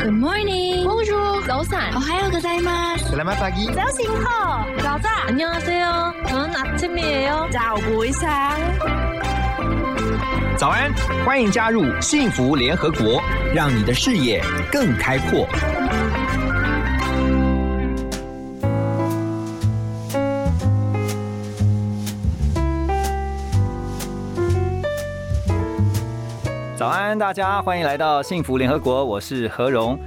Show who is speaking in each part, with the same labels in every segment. Speaker 1: Good morning，公主，早散，我还要个在吗？
Speaker 2: Selamat pagi.
Speaker 3: 안녕하세요. 여자
Speaker 1: 안녕하세요. 저는 아침이에요.
Speaker 3: 자 보이상
Speaker 2: 早安，欢迎加入幸福联合国，让你的视野更开阔。早安，大家，欢迎来到幸福联合国，我是何荣。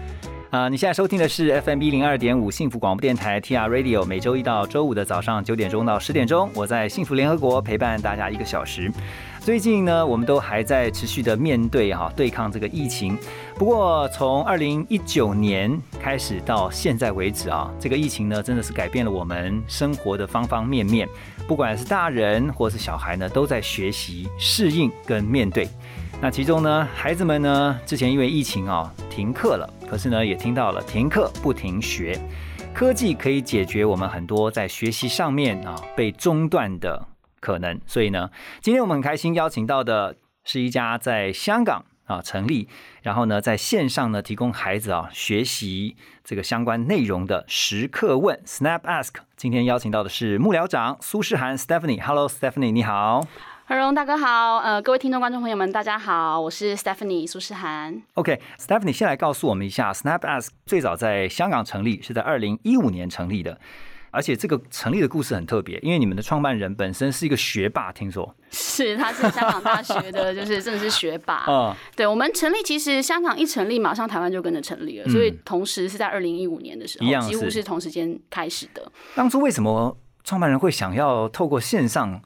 Speaker 2: 啊、你现在收听的是 FM 一零二点五幸福广播电台 TR Radio，每周一到周五的早上九点钟到十点钟，我在幸福联合国陪伴大家一个小时。最近呢，我们都还在持续的面对哈、对抗这个疫情。不过从二零一九年开始到现在为止啊，这个疫情呢真的是改变了我们生活的方方面面，不管是大人或是小孩呢，都在学习适应跟面对。那其中呢，孩子们呢，之前因为疫情啊、停课了，可是呢也听到了停课不停学，科技可以解决我们很多在学习上面啊被中断的可能。所以呢，今天我们很开心邀请到的是一家在香港啊成立，然后呢在线上呢提供孩子啊学习这个相关内容的时刻问 Snap Ask。今天邀请到的是幕僚长苏诗涵 Stephanie。Hello Stephanie，你好。
Speaker 4: 何荣大哥好，呃，各位听众观众朋友们，大家好，我是 Stephanie 苏诗涵。
Speaker 2: OK，Stephanie、先来告诉我们一下，Snap Ask 最早在香港成立，是在二零一五年成立的，而且这个成立的故事很特别，因为你们的创办人本身是一个学霸，听说，
Speaker 4: 是，他是香港大学 的，就是真的是学霸。
Speaker 2: 啊、
Speaker 4: 对我们成立，其实香港一成立，马上台湾就跟着成立了，所以
Speaker 2: 嗯
Speaker 4: 同时是在二零一五年的时
Speaker 2: 一样
Speaker 4: 候，几乎
Speaker 2: 是
Speaker 4: 是同时间开始的。
Speaker 2: 当初为什么创办人会想要透过线上，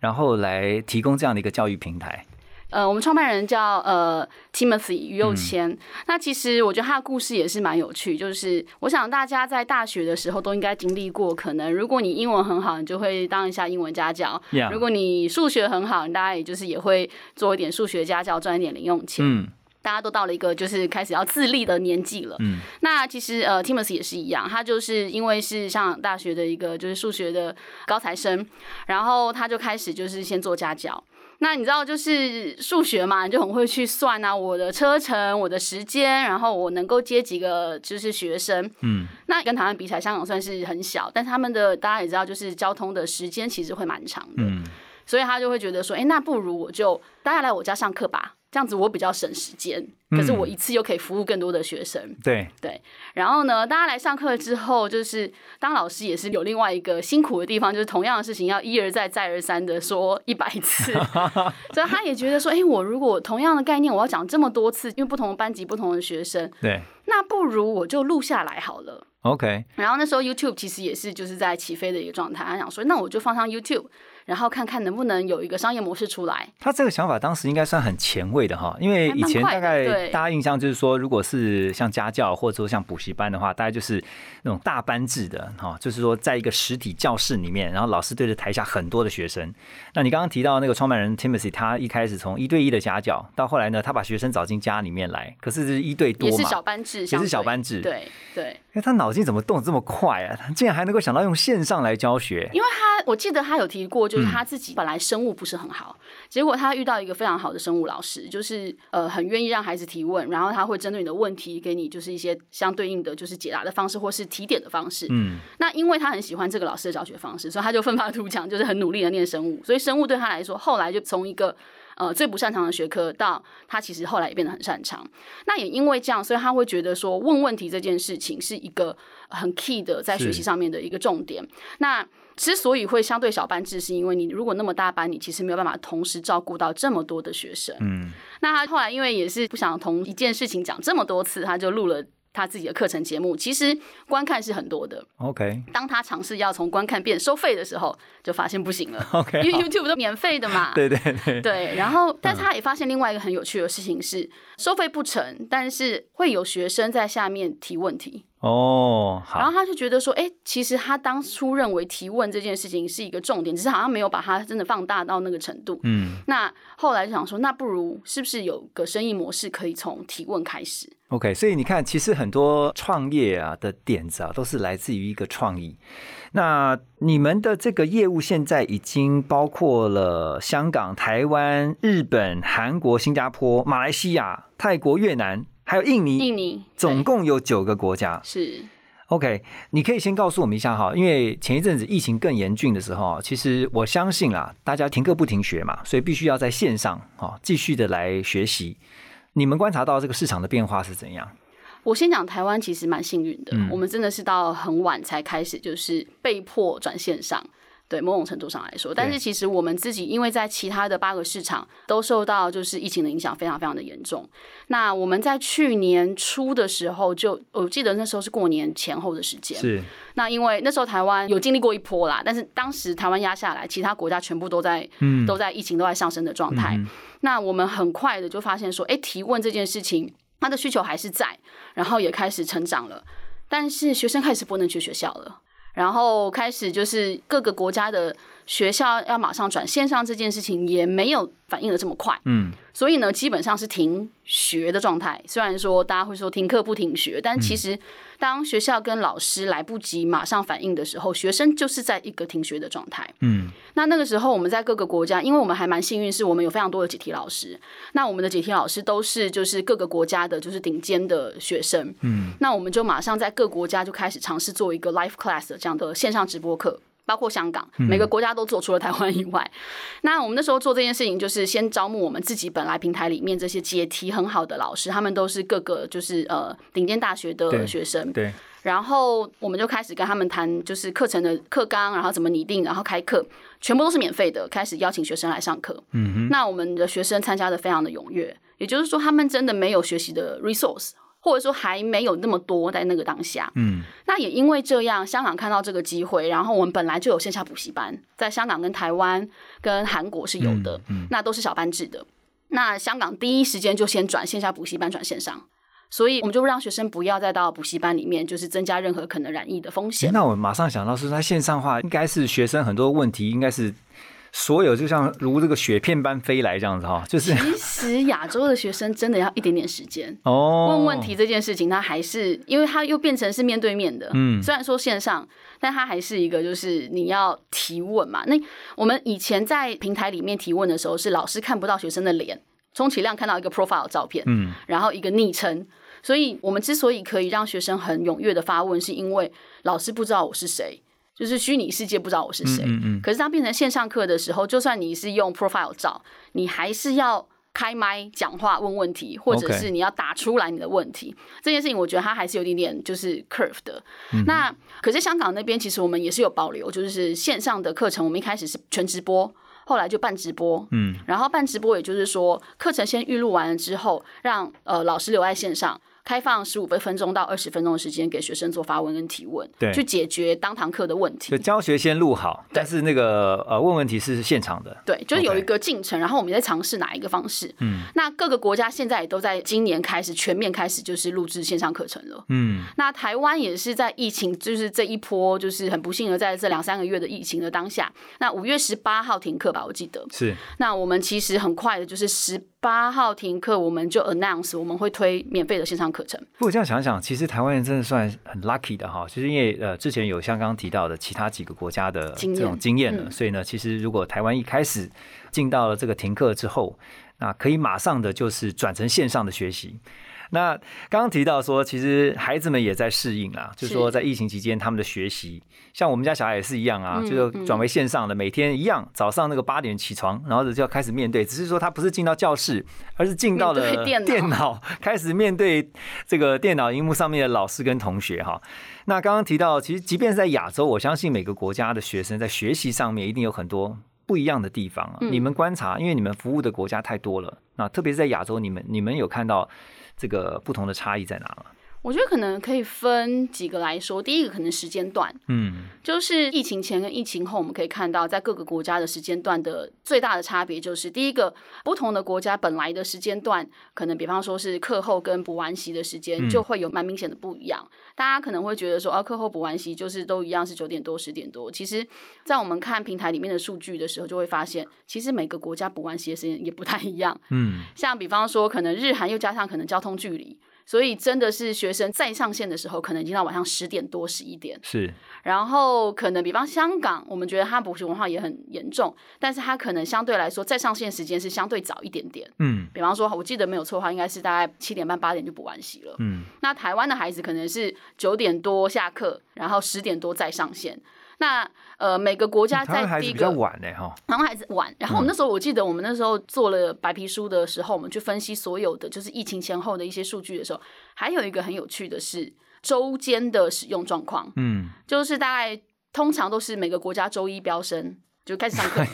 Speaker 2: 然后来提供这样的一个教育平台？
Speaker 4: 呃，我们创办人叫呃 Timothy 于右谦。
Speaker 2: 嗯
Speaker 4: 那其实我觉得他的故事也是蛮有趣，就是我想大家在大学的时候都应该经历过，可能如果你英文很好，你就会当一下英文家教
Speaker 2: Yeah
Speaker 4: 如果你数学很好，你大家也就是也会做一点数学家教，赚一点零用钱。
Speaker 2: 嗯
Speaker 4: 大家都到了一个就是开始要自立的年纪了。
Speaker 2: 嗯，
Speaker 4: 那其实呃，Timothy 也是一样，他就是因为是上港大学的一个就是数学的高材生，然后他就开始就是先做家教。那你知道就是数学嘛，你就很会去算啊，我的车程、我的时间，然后我能够接几个就是学生。
Speaker 2: 嗯，
Speaker 4: 那跟台湾比起来，香港算是很小，但是他们的大家也知道，就是交通的时间其实会蛮长的。
Speaker 2: 嗯，
Speaker 4: 所以他就会觉得说，哎、那不如我就大家来我家上课吧，这样子我比较省时间，可是我一次又可以服务更多的学生。
Speaker 2: 对，
Speaker 4: 然后呢，大家来上课之后，就是当老师也是有另外一个辛苦的地方，就是同样的事情要一而再、再而三的说一百次，所以他也觉得说，哎、我如果同样的概念我要讲这么多次，因为不同的班级、不同的学生，
Speaker 2: 对
Speaker 4: 那不如我就录下来好了。
Speaker 2: ，OK，
Speaker 4: 然后那时候 YouTube 其实也是就是在起飞的一个状态，他想说，那我就放上 YouTube，然后看看能不能有一个商业模式出来。
Speaker 2: 他这个想法当时应该算很前卫的哈，因为以前大
Speaker 4: 还蛮快的
Speaker 2: 概
Speaker 4: 对
Speaker 2: 大家印象就是说，如果是像家教或者说像补习班的话，大概就是那种大班制的哈，就是说在一个实体教室里面，然后老师对着台下很多的学生。那你刚刚提到那个创办人 Timothy，他一开始从一对一的家教，到后来呢，他把学生找进家里面来，可是这是一对多
Speaker 4: 也
Speaker 2: 嘛，
Speaker 4: 是小班制，
Speaker 2: 也是小班制
Speaker 4: 相对对对，
Speaker 2: 哎他脑筋怎么动得这么快啊？他竟然还能够想到用线上来教学，
Speaker 4: 因为他我记得他有提过，
Speaker 2: 嗯
Speaker 4: 就是他自己本来生物不是很好，结果他遇到一个非常好的生物老师，就是呃很愿意让孩子提问，然后他会针对你的问题给你就是一些相对应的就是解答的方式或是提点的方式。
Speaker 2: 嗯，
Speaker 4: 那因为他很喜欢这个老师的教学方式，所以他就奋发图强，就是很努力的念生物，所以生物对他来说后来就从一个。呃，最不擅长的学科，到他其实后来也变得很擅长。那也因为这样，所以他会觉得说，问问题这件事情是一个很 key 的在
Speaker 2: 是
Speaker 4: 学习上面的一个重点。那之所以会相对小班制，是因为你如果那么大班，你其实没有办法同时照顾到这么多的学生。
Speaker 2: 嗯，
Speaker 4: 那他后来因为也是不想同一件事情讲这么多次，他就录了他自己的课程节目。其实观看是很多的，
Speaker 2: ，OK
Speaker 4: 当他尝试要从观看变收费的时候，就发现不行 了，因
Speaker 2: OK，
Speaker 4: 为 YouTube 都免费的嘛。
Speaker 2: 啊对对嗯对，
Speaker 4: 对然后但是他也发现另外一个很有趣的事情是，收费不成，但是会有学生在下面提问题。
Speaker 2: 哦，
Speaker 4: 然
Speaker 2: 好
Speaker 4: 后，他就觉得说，哎，其实他当初认为提问这件事情是一个重点，只是好像没有把它真的放大到那个程度。
Speaker 2: 嗯
Speaker 4: 那后来就想说，那不如是不是有个生意模式可以从提问开始？
Speaker 2: OK，所以你看，其实很多创业啊的点子啊，都是来自于一个创意。那你们的这个业务现在已经包括了香港、台湾、日本、韩国、新加坡、马来西亚、泰国、越南，还有印尼，
Speaker 4: 印尼
Speaker 2: 总
Speaker 4: 对
Speaker 2: 共有九个国家。
Speaker 4: 是
Speaker 2: OK，你可以先告诉我们一下哈，因为前一阵子疫情更严峻的时候，其实我相信啦，大家停课不停学嘛，所以必须要在线上哈继续的来学习。你们观察到这个市场的变化是怎样？
Speaker 4: 我先讲台湾，其实蛮幸运的，
Speaker 2: 嗯
Speaker 4: 我们真的是到很晚才开始，就是被迫转线上。对某种程度上来说，但是其实我们自己因为在其他的八个市场都受到就是疫情的影响，非常非常的严重。那我们在去年初的时候就，我记得那时候是过年前后的时间，
Speaker 2: 是
Speaker 4: 那因为那时候台湾有经历过一波啦，但是当时台湾压下来，其他国家全部都在，
Speaker 2: 嗯
Speaker 4: 都在疫情都在上升的状态。那我们很快的就发现说，哎、提问这件事情，它的需求还是在，然后也开始成长了，但是学生开始不能去学校了。然后开始就是各个国家的学校要马上转线上这件事情也没有反应的这么快，
Speaker 2: 嗯，
Speaker 4: 所以呢，基本上是停学的状态。虽然说大家会说停课不停学，但其实当学校跟老师来不及马上反应的时候，学生就是在一个停学的状态。
Speaker 2: 嗯，
Speaker 4: 那那个时候我们在各个国家，因为我们还蛮幸运，是我们有非常多的解题老师。那我们的解题老师都是就是各个国家的，就是顶尖的学生。嗯，那我们就马上在各国家就开始尝试做一个 live class 的这样的线上直播课。包括香港，每个国家都做，除了台湾以外。那我们那时候做这件事情，就是先招募我们自己本来平台里面这些解题很好的老师，他们都是各个就是呃顶尖大学
Speaker 2: 对
Speaker 4: 的学生。
Speaker 2: 对，
Speaker 4: 然后我们就开始跟他们谈，就是课程的课纲，然后怎么拟定，然后开课，全部都是免费的。开始邀请学生来上课，
Speaker 2: 嗯哼，
Speaker 4: 那我们的学生参加的非常的踊跃，也就是说，他们真的没有学习的 resource，或者说还没有那么多在那个当下。
Speaker 2: 嗯
Speaker 4: 那也因为这样，香港看到这个机会，然后我们本来就有线下补习班，在香港跟台湾跟韩国是有的，
Speaker 2: 嗯嗯
Speaker 4: 那都是小班制的。那香港第一时间就先转线下补习班转线上，所以我们就让学生不要再到补习班里面，就是增加任何可能染疫的风
Speaker 2: 诶
Speaker 4: 险。
Speaker 2: 那我马上想到是，它线上化应该是学生很多问题，应该是所有就像如这个雪片般飞来这样子哈，就是
Speaker 4: 其实亚洲的学生真的要一点点时间，
Speaker 2: 哦，
Speaker 4: 问问题，这件事情，它还是因为它又变成是面对面的，
Speaker 2: 嗯
Speaker 4: 虽然说线上，但它还是一个就是你要提问嘛。那我们以前在平台里面提问的时候，是老师看不到学生的脸，充其量看到一个 profile 照片，
Speaker 2: 嗯
Speaker 4: 然后一个昵称。所以我们之所以可以让学生很踊跃的发问，是因为老师不知道我是谁，就是虚拟世界不知道我是
Speaker 2: 嗯
Speaker 4: 谁。
Speaker 2: 嗯嗯，
Speaker 4: 可是当变成线上课的时候，就算你是用 profile 照，你还是要开麦讲话问问题，或者
Speaker 2: OK
Speaker 4: 是你要打出来你的问题。这件事情我觉得它还是有一点点就是 curve 的。
Speaker 2: 嗯
Speaker 4: 那可是香港那边其实我们也是有保留，就是线上的课程，我们一开始是全直播，后来就半直播，
Speaker 2: 嗯，
Speaker 4: 然后办直播，也就是说课程先预录完了之后，让呃老师留在线上。开放十五分钟到二十分钟的时间给学生做发问跟提问，
Speaker 2: 对
Speaker 4: 去解决当堂课的问题。
Speaker 2: 就教学先录好，但是那个呃问问题是现场的，
Speaker 4: 对，就是有
Speaker 2: OK
Speaker 4: 一个进程然后我们在尝试哪一个方式。
Speaker 2: 嗯，
Speaker 4: 那各个国家现在也都在今年开始全面开始就是录制线上课程了。
Speaker 2: 嗯
Speaker 4: 那台湾也是在疫情，就是这一波，就是很不幸的，在这两三个月的疫情的当下，那五月十八号停课吧，我记得。
Speaker 2: 是
Speaker 4: 那我们其实很快的，就是十八号停课，我们就 announce 我们会推免费的线上课程。
Speaker 2: 不过这样想想，其实台湾人真的算很 lucky 的哈，就是因为呃之前有像刚刚提到的其他几个国家的
Speaker 4: 经
Speaker 2: 这
Speaker 4: 验
Speaker 2: 种经验了，
Speaker 4: 嗯
Speaker 2: 所以呢，其实如果台湾一开始进到了这个停课之后，那可以马上的就是转成线上的学习。那刚刚提到说，其实孩子们也在适应啦，就是说
Speaker 4: 是
Speaker 2: 在疫情期间他们的学习，像我们家小孩也是一样啊，
Speaker 4: 嗯
Speaker 2: 就是转为线上的，每天一样，早上那个八点起床，然后就要开始面对，只是说他不是进到教室，而是进到
Speaker 4: 面
Speaker 2: 了
Speaker 4: 对电脑
Speaker 2: 电脑， 开始面对这个电脑荧幕上面的老师跟同学哈。那刚刚提到，其实即便是在亚洲，我相信每个国家的学生在学习上面一定有很多不一样的地方啊。
Speaker 4: 嗯
Speaker 2: 你们观察，因为你们服务的国家太多了，那特别是在亚洲，你们你们有看到这个不同的差异在哪吗？
Speaker 4: 我觉得可能可以分几个来说，第一个可能时间段，
Speaker 2: 嗯
Speaker 4: 就是疫情前跟疫情后，我们可以看到，在各个国家的时间段的最大的差别就是，第一个，不同的国家本来的时间段，可能比方说是课后跟补完习的时
Speaker 2: 嗯
Speaker 4: 间，就会有蛮明显的不一样。大家可能会觉得说，啊，课后补完习就是都一样是九点多、十点多。其实，在我们看平台里面的数据的时候，就会发现，其实每个国家补完习的时间也不太一样。
Speaker 2: 嗯
Speaker 4: 像比方说，可能日韩又加上可能交通距离，所以真的是学生再上线的时候，可能已经到晚上十点多、十一点。
Speaker 2: 是
Speaker 4: 然后可能比方香港，我们觉得它补习文化也很严重，但是它可能相对来说再上线时间是相对早一点点。
Speaker 2: 嗯
Speaker 4: 比方说，我记得没有错的话，应该是大概七点半、八点就补完习了。
Speaker 2: 嗯
Speaker 4: 那台湾的孩子可能是九点多下课，然后十点多再上线。那呃，每个国家
Speaker 2: 台湾
Speaker 4: 在
Speaker 2: 孩
Speaker 4: 第
Speaker 2: 子
Speaker 4: 一
Speaker 2: 比较
Speaker 4: 个
Speaker 2: 晚嘞哈，
Speaker 4: 然后还是晚。然后我们
Speaker 2: 嗯
Speaker 4: 那时候，我记得我们那时候做了白皮书的时候，我们去分析所有的就是疫情前后的一些数据的时候，还有一个很有趣的是周间的使用状况，
Speaker 2: 嗯，
Speaker 4: 就是大概通常都是每个国家周一飙升就开始上课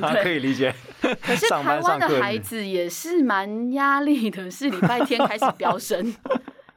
Speaker 4: 嘛。
Speaker 2: 可以理解。
Speaker 4: 可是
Speaker 2: 上
Speaker 4: 台
Speaker 2: 班上
Speaker 4: 湾
Speaker 2: 课
Speaker 4: 的
Speaker 2: 日
Speaker 4: 孩子也是蛮压力的，是礼拜天开始飙升，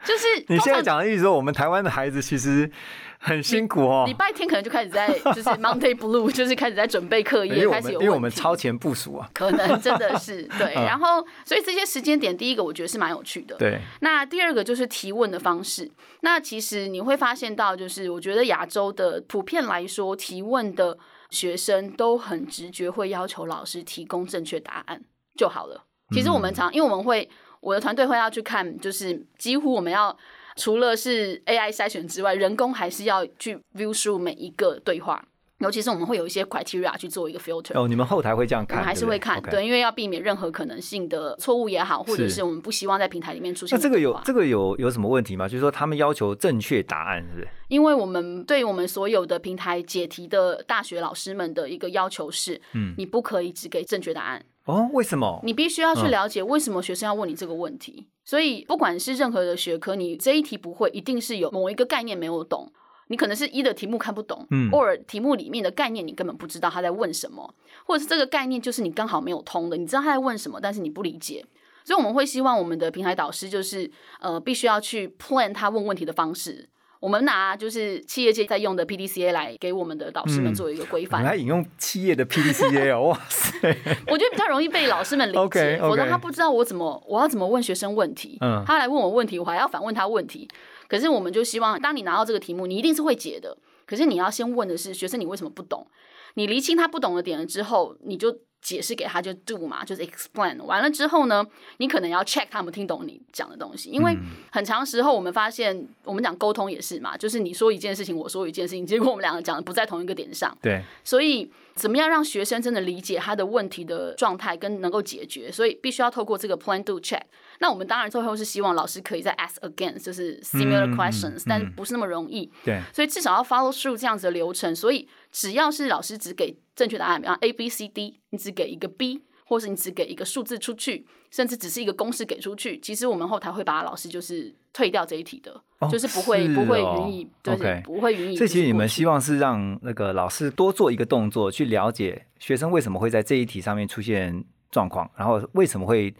Speaker 4: 就是
Speaker 2: 你
Speaker 4: 通
Speaker 2: 现在
Speaker 4: 常
Speaker 2: 讲的意思说，我们台湾的孩子其实很辛苦哦
Speaker 4: 礼，拜天可能就开始在就是 Monday Blue，就是开始在准备课
Speaker 2: 因为
Speaker 4: 业，
Speaker 2: 我
Speaker 4: 开
Speaker 2: 们
Speaker 4: 始有
Speaker 2: 因为我们
Speaker 4: 问题
Speaker 2: 超前部署啊，
Speaker 4: 可能真的是对，
Speaker 2: 嗯
Speaker 4: 然后所以这些时间点，第一个我觉得是蛮有趣的。
Speaker 2: 对，
Speaker 4: 那第二个就是提问的方式。那其实你会发现到，就是我觉得亚洲的普遍来说，提问的学生都很直觉，会要求老师提供正确答案就好了。其实我
Speaker 2: 嗯
Speaker 4: 们常，因为我们会，我的团队会要去看，就是几乎我们要。除了是 AI 筛选之外，人工还是要去 view 数每一个对话，尤其是我们会有一些 criteria 去做一个 filter。
Speaker 2: 哦，你们后台会这样
Speaker 4: 我
Speaker 2: 看，
Speaker 4: 们还是会看，
Speaker 2: 不 OK
Speaker 4: 对，因为要避免任何可能性的错误也好，或者
Speaker 2: 是
Speaker 4: 是我们不希望在平台里面出现
Speaker 2: 那
Speaker 4: 的
Speaker 2: 这
Speaker 4: 对话。
Speaker 2: 个有这个有有什么问题吗？就是说他们要求正确答案，是不是？
Speaker 4: 因为我们对我们所有的平台解题的大学老师们的一个要求是，
Speaker 2: 嗯
Speaker 4: 你不可以只给正确答案，
Speaker 2: 哦，为什么？
Speaker 4: 你必须要去
Speaker 2: 嗯
Speaker 4: 了解为什么学生要问你这个问题。所以，不管是任何的学科，你这一题不会，一定是有某一个概念没有懂。你可能是一的题目看不懂，
Speaker 2: 嗯
Speaker 4: 或者题目里面的概念你根本不知道他在问什么，或者是这个概念就是你刚好没有通的，你知道他在问什么，但是你不理解。所以我们会希望我们的平台导师就是呃，必须要去 plan 他问问题的方式。我们拿就是企业界在用的 PDCA 来给我们的导师们
Speaker 2: 嗯
Speaker 4: 做一个规
Speaker 2: 你
Speaker 4: 范，
Speaker 2: 还引用企业的 PDCA 哦，哇 塞，
Speaker 4: 我觉得比较容易被老师们理
Speaker 2: OK，OK
Speaker 4: 解，否则他不知道我怎么我要怎么问学生问题，
Speaker 2: 嗯
Speaker 4: 他来问我问题，我还要反问他问题。可是我们就希望，当你拿到这个题目，你一定是会解的。可是你要先问的是，学生你为什么不懂？你厘清他不懂的点了之后，你就解释给他，就 do
Speaker 2: 嗯
Speaker 4: 嘛，就是 explain。完了之后呢，你可能要 check 他们听懂你讲的东西，因为很长时候我们发现，我们讲沟通也是嘛，就是你说一件事情，我说一件事情，结果我们两个讲的不在同一个点上。
Speaker 2: 对，
Speaker 4: 所以，怎么样让学生真的理解他的问题的状态跟能够解决？所以必须要透过这个 plan do check。那我们当然最后是希望老师可以再 ask again，就是 similar
Speaker 2: 嗯
Speaker 4: questions，、
Speaker 2: 嗯
Speaker 4: 但不是那么容易。
Speaker 2: 对，
Speaker 4: 所以至少要 follow through 这样子的流程。所以只要是老师只给正确答案，比方 A B C D，你只给一个 B，或是你只给一个数字出去，甚至只是一个公式给出去，其实我们后台会把老师就是退掉这一题的，
Speaker 2: 哦
Speaker 4: 就是不会、
Speaker 2: 是
Speaker 4: 不会
Speaker 2: 哦
Speaker 4: 予以就是
Speaker 2: OK
Speaker 4: 不会予以。
Speaker 2: 这其实你们希
Speaker 4: 望。
Speaker 2: 望是让那个老师多做一个动作，去了解学生为什么会在这一题上面出现状况，然后为什么会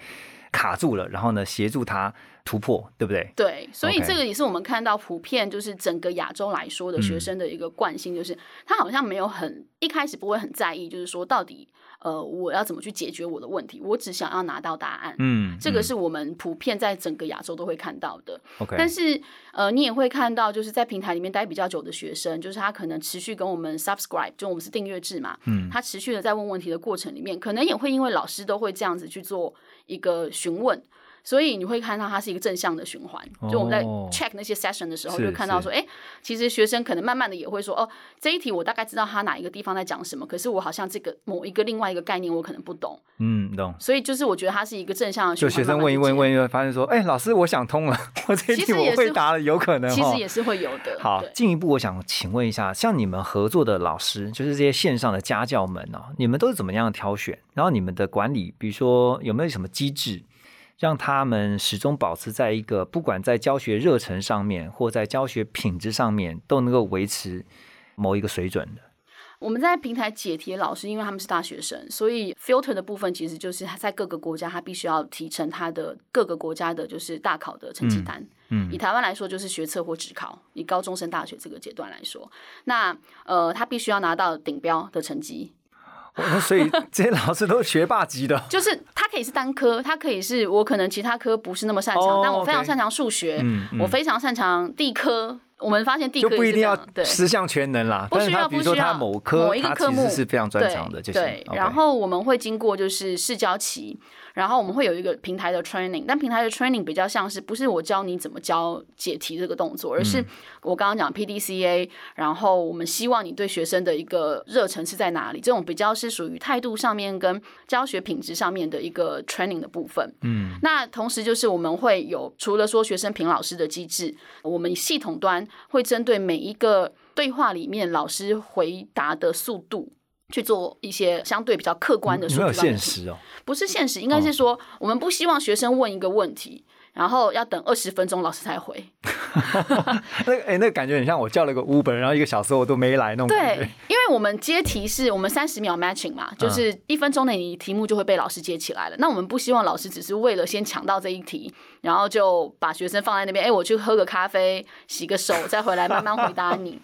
Speaker 2: 卡住了，然后呢协助他突破，对不对？
Speaker 4: 对，所以
Speaker 2: OK
Speaker 4: 这个也是我们看到普遍就是整个亚洲来说的
Speaker 2: 嗯
Speaker 4: 学生的一个惯性，就是、他好像没有很一开始不会很在意，就是说到底呃我要怎么去解决我的问题，我只想要拿到答案。
Speaker 2: 嗯，
Speaker 4: 这个
Speaker 2: 嗯
Speaker 4: 是我们普遍在整个亚洲都会看到的，
Speaker 2: OK，
Speaker 4: 但是呃，你也会看到，就是在平台里面待比较久的学生，就是他可能持续跟我们 subscribe，就我们是订阅制嘛，
Speaker 2: 嗯
Speaker 4: 他持续的在问问题的过程里面，可能也会因为老师都会这样子去做一个询问，所以你会看到它是一个正向的循环。就我们在
Speaker 2: 哦
Speaker 4: check 那些 session 的时候，
Speaker 2: 是
Speaker 4: 就看到说，哎，其实学生可能慢慢的也会说，哦，这一题我大概知道他哪一个地方在讲什么，可是我好像这个某一个另外一个概念我可能不懂，
Speaker 2: 嗯懂。
Speaker 4: 所以就是我觉得它是一个正向的循
Speaker 2: 就
Speaker 4: 环。
Speaker 2: 学生
Speaker 4: 慢慢地
Speaker 2: 问一问
Speaker 4: 解
Speaker 2: 问一问，发现说，哎、老师，我想通了，我这一
Speaker 4: 其
Speaker 2: 题
Speaker 4: 实
Speaker 2: 我
Speaker 4: 也
Speaker 2: 会
Speaker 4: 是
Speaker 2: 答了，有可能。
Speaker 4: 其
Speaker 2: 哦
Speaker 4: 实也是会有的。
Speaker 2: 好
Speaker 4: 对，
Speaker 2: 进一步我想请问一下，像你们合作的老师，就是这些线上的家教们哦，你们都是怎么样挑选？然后你们的管理，比如说有没有什么机制，让他们始终保持在一个不管在教学热忱上面，或在教学品质上面，都能够维持某一个水准的？
Speaker 4: 我们在平台解题的老师，因为他们是大学生，所以 filter 的部分其实就是他在各个国家，他必须要提成他的各个国家的就是大考的成绩单。以
Speaker 2: 嗯
Speaker 4: 台湾来说，就是学测或职考；以高中生大学这个阶段来说，那呃，他必须要拿到顶标的成绩，
Speaker 2: 哦 所以这些老师都是学霸级的。
Speaker 4: 就是它可以是单科，它可以是我可能其他科不是那么擅长，
Speaker 2: 哦
Speaker 4: 但我非常
Speaker 2: OK
Speaker 4: 擅长数学，
Speaker 2: 嗯嗯
Speaker 4: 我非常擅长地科。我们发现地
Speaker 2: 就
Speaker 4: 科
Speaker 2: 不
Speaker 4: 也
Speaker 2: 一
Speaker 4: 是
Speaker 2: 定
Speaker 4: 这样
Speaker 2: 要
Speaker 4: 的对。
Speaker 2: 十项全能啦，
Speaker 4: 不
Speaker 2: 但
Speaker 4: 需
Speaker 2: 是
Speaker 4: 要
Speaker 2: 他比如说
Speaker 4: 不需要
Speaker 2: 他某科
Speaker 4: 某一个
Speaker 2: 他
Speaker 4: 科
Speaker 2: 其实
Speaker 4: 目
Speaker 2: 是非常专长的，就
Speaker 4: 对
Speaker 2: 行。
Speaker 4: 对
Speaker 2: OK
Speaker 4: 然后我们会经过就是试教期，然后我们会有一个平台的 training，但平台的 training 比较像是不是我教你怎么教解题这个动作，而
Speaker 2: 嗯
Speaker 4: 是我刚刚讲 PDCA，然后我们希望你对学生的一个热忱是在哪里，这种比较是属于态度上面跟教学品质上面的一个 training 的部分。
Speaker 2: 嗯，
Speaker 4: 那同时就是我们会有除了说学生评老师的机制，我们系统端会针对每一个对话里面老师回答的速度。去做一些相对比较客观的
Speaker 2: 你
Speaker 4: 数
Speaker 2: 嗯们有
Speaker 4: 据，
Speaker 2: 限，时哦，
Speaker 4: 不是现实，应该是说、我们不希望学生问一个问题，然后要等二十分钟老师才回。
Speaker 2: 那个哎，那个感觉很像我叫了个 Uber，然后一个小时后都没来那种感
Speaker 4: 对
Speaker 2: 觉。，
Speaker 4: 因为我们接题是我们三十秒 matching
Speaker 2: 嗯
Speaker 4: 嘛，就是一分钟内你题目就会被老师接起来了。那我们不希望老师只是为了先抢到这一题，然后就把学生放在那边，哎，我去喝个咖啡、洗个手，再回来慢慢回答 你。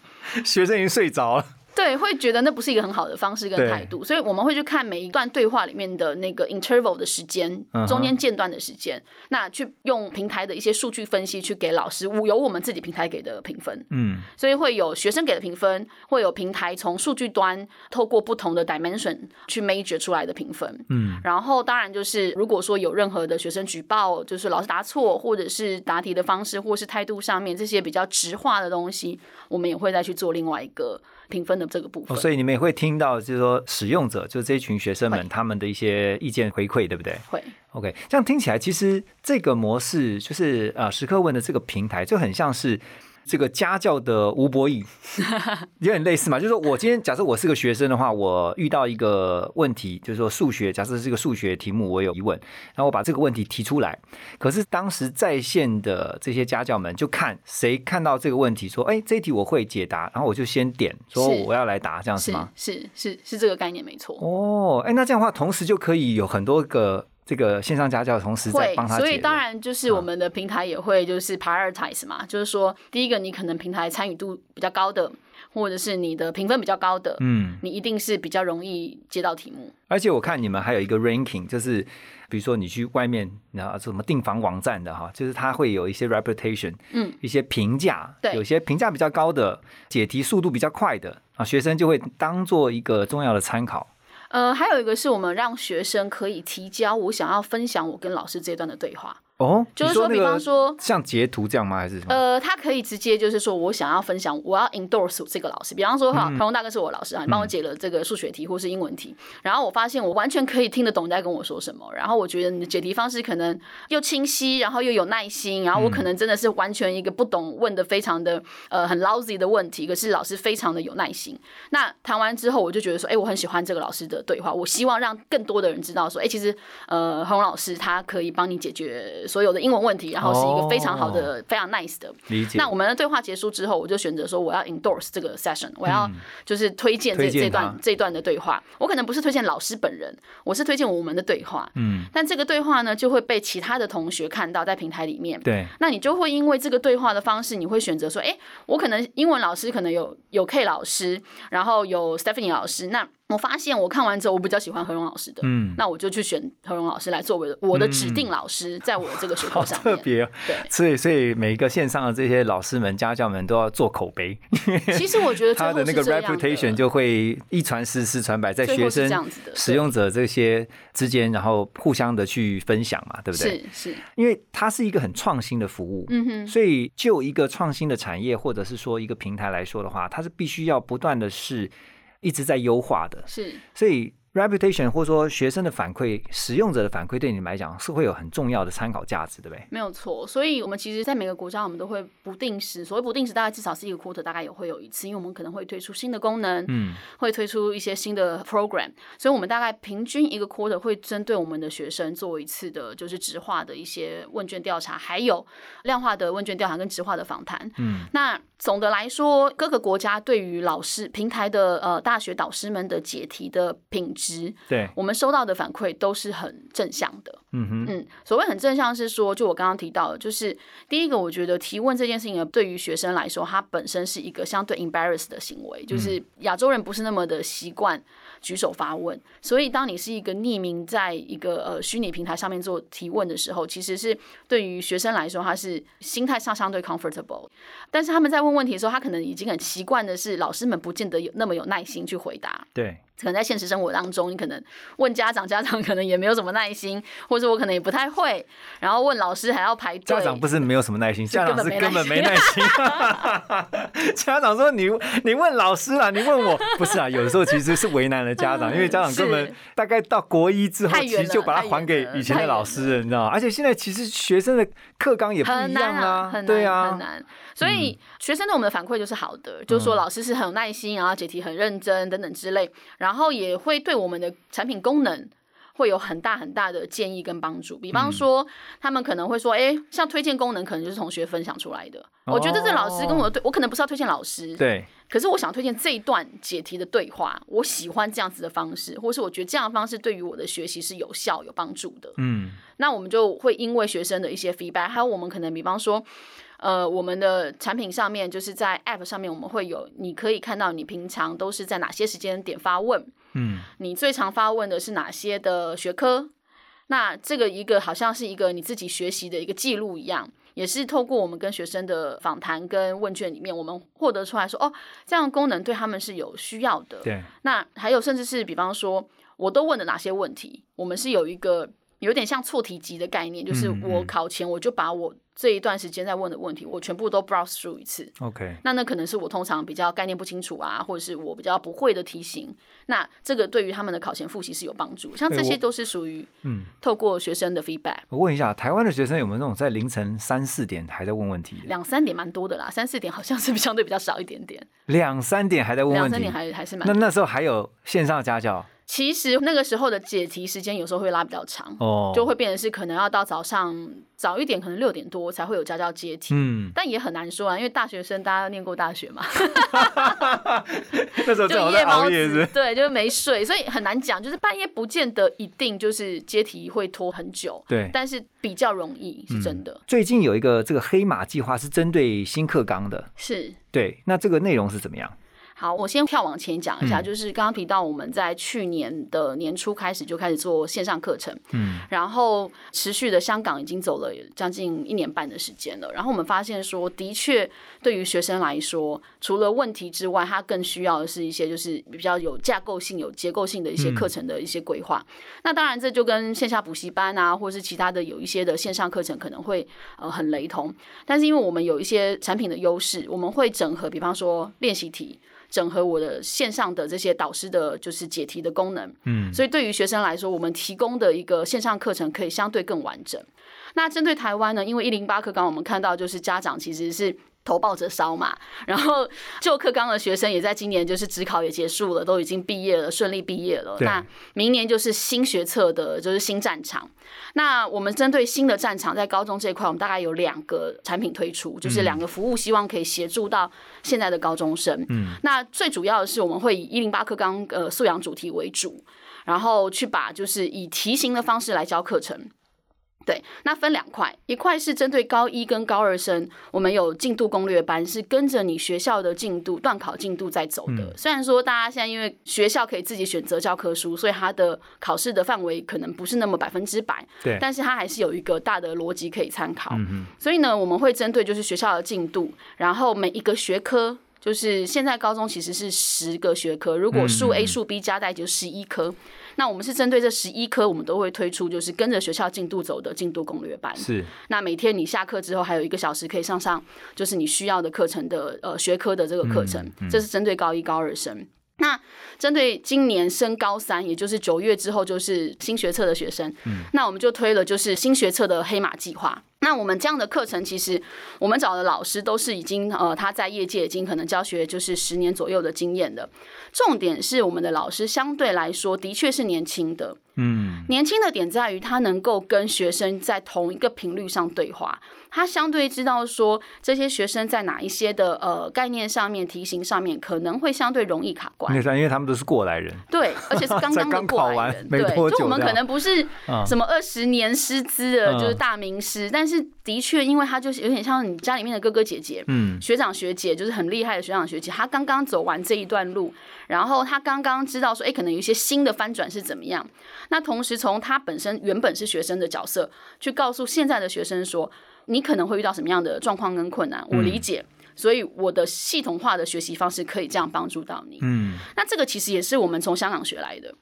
Speaker 2: 学生已经睡着了。
Speaker 4: 对，会觉得那不是一个很好的方式跟
Speaker 2: 对
Speaker 4: 态度，所以我们会去看每一段对话里面的那个 interval 的时间
Speaker 2: 嗯哼，
Speaker 4: 中间间断的时间，那去用平台的一些数据分析去给老师，有我们自己平台给的评分。
Speaker 2: 嗯，
Speaker 4: 所以会有学生给的评分，会有平台从数据端透过不同的 dimension 去 measure 出来的评分。
Speaker 2: 嗯，
Speaker 4: 然后当然就是如果说有任何的学生举报，就是老师答错，或者是答题的方式，或是态度上面这些比较直化的东西，我们也会再去做另外一个评分的这个部分。
Speaker 2: 哦，所以你们也会听到，就是说使用者，就这一群学生们他们的一些意见回馈，对不对
Speaker 4: 会，
Speaker 2: ？OK，这样听起来，其实这个模式就是呃，时刻问的这个平台就很像是。这个家教的吴博义有点类似嘛，就是说我今天假设我是个学生的话，我遇到一个问题，就是说数学，假设是一个数学题目，我有疑问，然后我把这个问题提出来，可是当时在线的这些家教们就看谁看到这个问题，说，哎，这一题我会解答，然后我就先点说
Speaker 4: 是
Speaker 2: 我要来答，这样是
Speaker 4: 是
Speaker 2: 吗？
Speaker 4: 是是是这个概念没错。
Speaker 2: 哦，哎，那这样的话，同时就可以有很多个这个线上家教同时在
Speaker 4: 会
Speaker 2: 帮，他解。嗯
Speaker 4: 所以当，然就是我们的平台也会就是 prioritize 嘛，就是说第一个你可能平台参与度比较高的，或者是你的评分比较高的，
Speaker 2: 嗯，
Speaker 4: 你一定是比较容易接到题目。
Speaker 2: 而且我看你们还有一个 ranking，就是比如说你去外面，然后什么订房网站的哈，就是它会有一些 reputation，
Speaker 4: 嗯，
Speaker 2: 一些评价，
Speaker 4: 对
Speaker 2: 有些评价比较高的，解题速度比较快的啊，学生就会当做一个重要的参考。
Speaker 4: 呃，还有一个是我们让学生可以提交我想要分享我跟老师这段的对话，
Speaker 2: 哦，
Speaker 4: 就是
Speaker 2: 你
Speaker 4: 说，
Speaker 2: 那
Speaker 4: 比
Speaker 2: 个
Speaker 4: 方说。
Speaker 2: 像截图这样吗？还是什么？
Speaker 4: 呃，他可以直接就是说我想要分享，我要 endorse 这个老师。比方说哈，彭龙大哥是我老师啊，你帮我解了这个数学题或是英文题，然后我发现我完全可以听得懂你在跟我说什么，然后我觉得你的解题方式可能又清晰，然后又有耐心，然后我可能真的是完全一个不懂问的非常的呃很 lousy 的问题，可是老师非常的有耐心。那谈完之后，我就觉得说，哎、我很喜欢这个老师的对话，我希望让更多的人知道说，哎、其实呃洪老师他可以帮你解决所有的英文问题，然后是一个非常好
Speaker 2: 哦
Speaker 4: 的、非常 nice 的
Speaker 2: 理解。
Speaker 4: 那我们的对话结束之后，我就选择说我要 endorse 这个 session，我要就是推荐这
Speaker 2: 嗯推荐
Speaker 4: 这
Speaker 2: 他
Speaker 4: 段这段的对话。我可能不是推荐老师本人，我是推荐我们的对话。
Speaker 2: 嗯，
Speaker 4: 但这个对话呢，就会被其他的同学看到在平台里面。
Speaker 2: 对，
Speaker 4: 那你就会因为这个对话的方式，你会选择说，哎，我可能英文老师可能有有 K 老师，然后有 Stephanie 老师。那我发现我看完之后，我比较喜欢何荣老师的，
Speaker 2: 嗯，
Speaker 4: 那我就去选何荣老师来作为我的指定老师，在我这个学
Speaker 2: 嗯好
Speaker 4: 科上
Speaker 2: 特
Speaker 4: 面。
Speaker 2: 别、哦。
Speaker 4: 对，
Speaker 2: 所以，所以每一个线上的这些老师们、家教们都要做口碑，
Speaker 4: 其实我觉得最
Speaker 2: 他
Speaker 4: 后
Speaker 2: 的
Speaker 4: 是
Speaker 2: 那个
Speaker 4: 这样
Speaker 2: reputation 就会一传十，十传百，在
Speaker 4: 最
Speaker 2: 学
Speaker 4: 后是这
Speaker 2: 生
Speaker 4: 样子的、对
Speaker 2: 使用者这些之间，然后互相的去分享嘛，对不对？
Speaker 4: 是是，
Speaker 2: 因为它是一个很创新的服务，
Speaker 4: 嗯哼，
Speaker 2: 所以就一个创新的产业或者是说一个平台来说的话，它是必须要不断的是一直在优化的，
Speaker 4: 是
Speaker 2: 所以 reputation 或者说学生的反馈、使用者的反馈，对你们来讲是会有很重要的参考价值，对不对？
Speaker 4: 没有错。所以我们其实，在每个国家，我们都会不定时，所谓不定时，大概至少是一个 quarter，大概也会有一次，因为我们可能会推出新的功能，
Speaker 2: 嗯，
Speaker 4: 会推出一些新的 program，所以我们大概平均一个 quarter 会针对我们的学生做一次的，就是直化的一些问卷调查，还有量化的问卷调查跟直化的访谈。
Speaker 2: 嗯，
Speaker 4: 那总的来说，各个国家对于老师平台的呃大学导师们的解题的品知，
Speaker 2: 对，
Speaker 4: 我们收到的反馈都是很正向的。
Speaker 2: 嗯哼，
Speaker 4: 嗯，所谓很正向是说，就我刚刚提到的，就是第一个，我觉得提问这件事情呢，对于学生来说，它本身是一个相对 embarrass 的行为，就是亚洲人不是那么的习惯举手发问，所以当你是一个匿名在一个呃虚拟平台上面做提问的时候，其实是对于学生来说，他是心态上相对 comfortable，但是他们在问问题的时候，他可能已经很习惯的是老师们不见得有那么有耐心去回答，
Speaker 2: 对，
Speaker 4: 可能在现实生活当中，你可能问家长，家长可能也没有什么耐心，或者我可能也不太会，然后问老师还要排队。
Speaker 2: 家长不是没有什么耐心，家长是根本没耐心。 家长说你你问老师啦，你问我不是啊？有的时候其实是为难了家长，因为家长根本
Speaker 4: 嗯是
Speaker 2: 大概到国一之后，
Speaker 4: 太
Speaker 2: 其
Speaker 4: 远了
Speaker 2: 实就把它还给以前的老师了，你知道吗？而且现在其实学生的课纲也不
Speaker 4: 很
Speaker 2: 一样
Speaker 4: 难
Speaker 2: 啦，
Speaker 4: 很难，
Speaker 2: 对啊，
Speaker 4: 很难。所以学生对我们的反馈就是好的，就是
Speaker 2: 嗯
Speaker 4: 说老师是很有耐心，然后解题很认真等等之类，然后也会对我们的产品功能。会有很大很大的建议跟帮助，比
Speaker 2: 嗯
Speaker 4: 方说，他们可能会说，哎、像推荐功能可能就是同学分享出来的。我觉得这老师跟我
Speaker 2: 哦
Speaker 4: 的对，我可能不是要推荐老师，
Speaker 2: 对，
Speaker 4: 可是我想推荐这一段解题的对话，我喜欢这样子的方式，或是我觉得这样的方式对于我的学习是有效、有帮助的。
Speaker 2: 嗯，
Speaker 4: 那我们就会因为学生的一些 feedback，还有我们可能比方说，呃，我们的产品上面就是在 app 上面，我们会有你可以看到你平常都是在哪些时间点发问，
Speaker 2: 嗯，
Speaker 4: 你最常发问的是哪些的学科？那这个一个好像是一个你自己学习的一个记录一样，也是透过我们跟学生的访谈跟问卷里面，我们获得出来说，哦，这样的功能对他们是有需要的。
Speaker 2: 对，
Speaker 4: 那还有甚至是比方说，我都问了哪些问题，我们是有一个有点像错题集的概念，就是
Speaker 2: 嗯嗯
Speaker 4: 我考前我就把我这一段时间在问的问题，我全部都 browse through 一次。
Speaker 2: OK，
Speaker 4: 那那可能是我通常比较概念不清楚啊，或者是我比较不会的题型。那这个对于他们的考前复习是有帮助，像
Speaker 2: 对
Speaker 4: 这
Speaker 2: 我
Speaker 4: 些都是属于
Speaker 2: 嗯，
Speaker 4: 透过学生的 feedback，
Speaker 2: 我问一下，台湾的学生有没有那种在凌晨三四点还在问问题的？
Speaker 4: 两三点蛮多的啦，三四点好像是相对比较 少一点点，
Speaker 2: 两三点还在问
Speaker 4: 两
Speaker 2: 问
Speaker 4: 三点
Speaker 2: 题？
Speaker 4: 还还是蛮
Speaker 2: 那。那时候还有线上家教
Speaker 4: 其实那个时候的解题时间有时候会拉比较长，
Speaker 2: 哦，
Speaker 4: 就会变成是可能要到早上早一点，可能六点多才会有家教接题。
Speaker 2: 嗯，
Speaker 4: 但也很难说啊，因为大学生大家念过大学嘛，
Speaker 2: 那时候
Speaker 4: 就
Speaker 2: 正好在
Speaker 4: 夜猫
Speaker 2: 熬夜是不
Speaker 4: 子
Speaker 2: 是，
Speaker 4: 对，就是没睡，所以很难讲。就是半夜不见得一定就是接题会拖很久，
Speaker 2: 对。嗯
Speaker 4: 但是比较容易是真的，
Speaker 2: 最近有一个这个黑马计划是针对新课纲的，
Speaker 4: 是。
Speaker 2: 对，那这个内容是怎么样？
Speaker 4: 好，我先跳往前讲一下，
Speaker 2: 嗯
Speaker 4: 就是刚刚提到我们在去年的年初开始就开始做线上课程，
Speaker 2: 嗯，
Speaker 4: 然后持续的香港已经走了将近一年半的时间了。然后我们发现说，的确对于学生来说，除了问题之外，他更需要的是一些就是比较有架构性、有结构性的一些课
Speaker 2: 嗯
Speaker 4: 程的一些规划。那当然，这就跟线下补习班啊，或是其他的有一些的线上课程可能会呃很雷同。但是因为我们有一些产品的优势，我们会整合，比方说练习题。整合我的线上的这些导师的，就是解题的功能，
Speaker 2: 嗯，
Speaker 4: 所以对于学生来说，我们提供的一个线上课程可以相对更完整。那针对台湾呢，因为一零八课纲，我们看到就是家长其实是。头抱着烧嘛，然后旧课纲的学生也在今年就是职考也结束了，都已经毕业了，顺利毕业了。
Speaker 2: 对
Speaker 4: 那明年就是新学测的，就是新战场。那我们针对新的战场，在高中这一块，我们大概有两个产品推出，
Speaker 2: 嗯
Speaker 4: 就是两个服务，希望可以协助到现在的高中生。
Speaker 2: 嗯，
Speaker 4: 那最主要的是，我们会以一零八课纲呃素养主题为主，然后去把就是以题型的方式来教课程。对，那分两块，一块是针对高一跟高二生，我们有进度攻略班，是跟着你学校的进度、段考进度在走的。虽然说大家现在因为学校可以自己选择教科书，所以它的考试的范围可能不是那么百分之百，
Speaker 2: 对，
Speaker 4: 但是它还是有一个大的逻辑可以参考。
Speaker 2: 嗯哼，
Speaker 4: 所以呢，我们会针对就是学校的进度，然后每一个学科，就是现在高中其实是十个学科，如果
Speaker 2: 嗯
Speaker 4: 数 A 数 B 加在一起就十一科。那我们是针对这十一科，我们都会推出就是跟着学校进度走的进度攻略班。
Speaker 2: 是，
Speaker 4: 那每天你下课之后还有一个小时可以上上，就是你需要的课程的呃学科的这个课程，
Speaker 2: 嗯嗯
Speaker 4: 这是针对高一高二生。那针对今年升高三，也就是九月之后就是新学测的学生，
Speaker 2: 嗯
Speaker 4: 那我们就推了就是新学测的黑马计划。那我们这样的课程，其实我们找的老师都是已经呃他在业界已经可能教学就是十年左右的经验的。重点是我们的老师相对来说的确是年轻的，
Speaker 2: 嗯，
Speaker 4: 年轻的点在于他能够跟学生在同一个频率上对话，他相对知道说这些学生在哪一些的呃概念上面、题型上面可能会相对容易卡关
Speaker 2: 因。为因为他们都是过来人，
Speaker 4: 对，而且是 刚
Speaker 2: 才
Speaker 4: 刚的
Speaker 2: 刚
Speaker 4: 过
Speaker 2: 考
Speaker 4: 来
Speaker 2: 完
Speaker 4: 人，
Speaker 2: 没
Speaker 4: 对，
Speaker 2: 多
Speaker 4: 就
Speaker 2: 久
Speaker 4: 我们
Speaker 2: 这
Speaker 4: 可
Speaker 2: 样
Speaker 4: 能不是
Speaker 2: 嗯
Speaker 4: 什么二十年师资的，就是
Speaker 2: 嗯
Speaker 4: 大名师，但是的确，因为他就是有点像你家里面的哥哥姐姐，
Speaker 2: 嗯，
Speaker 4: 学长学姐，就是很厉害的学长学姐，他刚刚走完这一段路，然后他刚刚知道说，哎，可能有一些新的翻转是怎么样。那同时从他本身原本是学生的角色，去告诉现在的学生说，你可能会遇到什么样的状况跟困难，我理解。
Speaker 2: 嗯
Speaker 4: 所以我的系统化的学习方式可以这样帮助到你。
Speaker 2: 嗯，
Speaker 4: 那这个其实也是我们从香港学来的，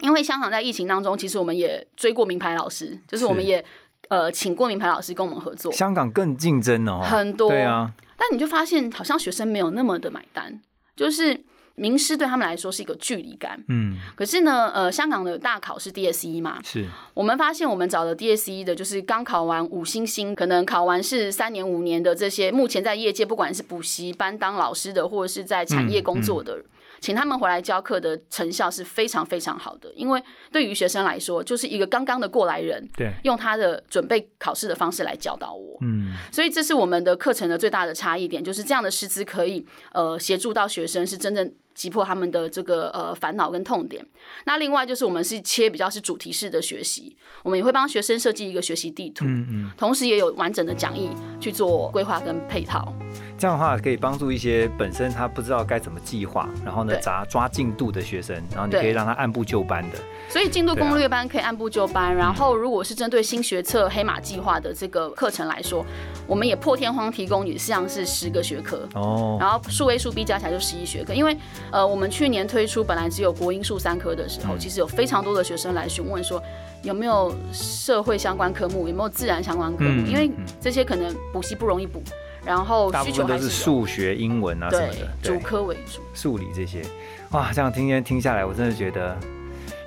Speaker 4: 因为香港在疫情当中，其实我们也追过名牌老师，就是我们
Speaker 2: 是
Speaker 4: 也呃请过名牌老师跟我们合作。
Speaker 2: 香港更竞争哦，
Speaker 4: 很多
Speaker 2: 对啊，
Speaker 4: 但你就发现好像学生没有那么的买单，就是名师对他们来说是一个距离感。
Speaker 2: 嗯，
Speaker 4: 可是呢，呃，香港的大考是 DSE 嘛，
Speaker 2: 是，
Speaker 4: 我们发现我们找的 DSE 的，就是刚考完五星星，可能考完是三年五年的这些，目前在业界不管是补习班当老师的，或者是在产业工作的，请他们回来教课的成效是非常非常好的，因为对于学生来说，就是一个刚刚的过来人，
Speaker 2: 对，
Speaker 4: 用他的准备考试的方式来教导我。
Speaker 2: 嗯，
Speaker 4: 所以这是我们的课程的最大的差异点，就是这样的师资可以呃协助到学生，是真正击破他们的这个呃烦恼跟痛点。那另外就是我们是切比较是主题式的学习，我们也会帮学生设计一个学习地图，
Speaker 2: 嗯嗯，
Speaker 4: 同时也有完整的讲义去做规划跟配套。
Speaker 2: 这样的话可以帮助一些本身他不知道该怎么计划，然后呢，
Speaker 4: 对
Speaker 2: 抓抓进度的学生，然后你
Speaker 4: 对
Speaker 2: 可以让他按部就班的，
Speaker 4: 所以进度攻略班可以按部就班，然后如果是针对新学测黑马计划的这个课程来说，我们也破天荒提供也像是十个学科。
Speaker 2: 哦，
Speaker 4: 然后数 A 数 B 加起来就十一学科，因为呃，我们去年推出本来只有国英数三科的时
Speaker 2: 嗯
Speaker 4: 候，其实有非常多的学生来询问说有没有社会相关科目，有没有自然相关科目，
Speaker 2: 嗯
Speaker 4: 因为
Speaker 2: 嗯
Speaker 4: 这些可能补习不容易补，然后
Speaker 2: 大
Speaker 4: 需
Speaker 2: 部
Speaker 4: 求还
Speaker 2: 分都
Speaker 4: 是
Speaker 2: 是
Speaker 4: 有
Speaker 2: 数学、英文啊什
Speaker 4: 对
Speaker 2: 么的，
Speaker 4: 主科为主，
Speaker 2: 数理这些，哇，这样今天听下来，我真的觉得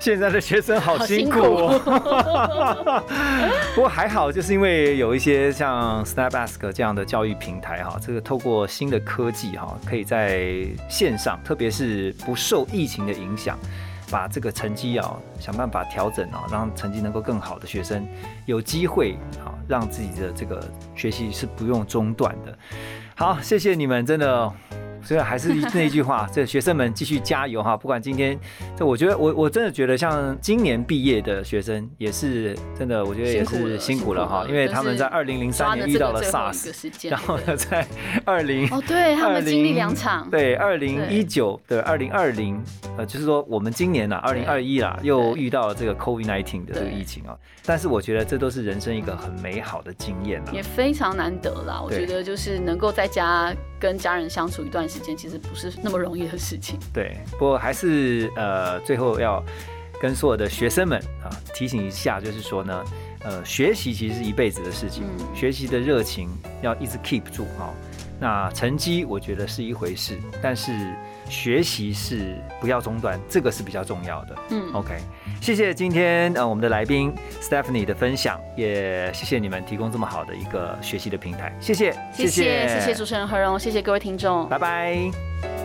Speaker 2: 现在的学生好
Speaker 4: 好
Speaker 2: 辛
Speaker 4: 辛
Speaker 2: 苦哦。 不过还好，就是因为有一些像 SnapAsk 这样的教育平台哈，这个透过新的科技哈，可以在线上，特别是不受疫情的影响。把这个成绩啊，想办法调整啊，让成绩能够更好的学生有机会啊，让自己的这个学习是不用中断的。好，谢谢你们，真的。所以还是那一句话，这学生们继续加油哈！不管今天，这我觉得我我真的觉得，像今年毕业的学生也是真的，我觉得
Speaker 4: 辛
Speaker 2: 也
Speaker 4: 苦
Speaker 2: 是
Speaker 4: 了
Speaker 2: 辛苦了哈，
Speaker 4: 辛苦了
Speaker 2: 因为他们在
Speaker 4: 就
Speaker 2: 二
Speaker 4: 是
Speaker 2: 零零
Speaker 4: 抓
Speaker 2: 三
Speaker 4: 着
Speaker 2: 年
Speaker 4: 这
Speaker 2: 遇到
Speaker 4: 个
Speaker 2: 了
Speaker 4: 最后一
Speaker 2: SARS，
Speaker 4: 个时间
Speaker 2: 然。 后呢，在二零
Speaker 4: 哦，对他们经历两场，
Speaker 2: 对，二零一九对二零二零，呃，就是说我们今年啦，啊二零二一啦，又遇到了这个 COVID nineteen 的这个
Speaker 4: 对
Speaker 2: 疫情啊、但是我觉得这都是人生一个很美好的经验啊啦。
Speaker 4: 也非常难得啦。我
Speaker 2: 对
Speaker 4: 觉得就是能够在家跟家人相处一段时间，其实不是那么容易的事情。
Speaker 2: 对，不过还是呃，最后要跟所有的学生们啊提醒一下，就是说呢，呃，学习其实是一辈子的事情，
Speaker 4: 嗯
Speaker 2: 学习的热情要一直 keep 住哦。那成绩我觉得是一回事，但是学习是不要中断，这个是比较重要的。
Speaker 4: 嗯，
Speaker 2: OK，谢谢今天呃我们的来宾 Stephanie 的分享，也谢谢你们提供这么好的一个学习的平台，谢谢，
Speaker 4: 谢谢谢谢主持人何荣，谢谢各位听众，
Speaker 2: 拜拜。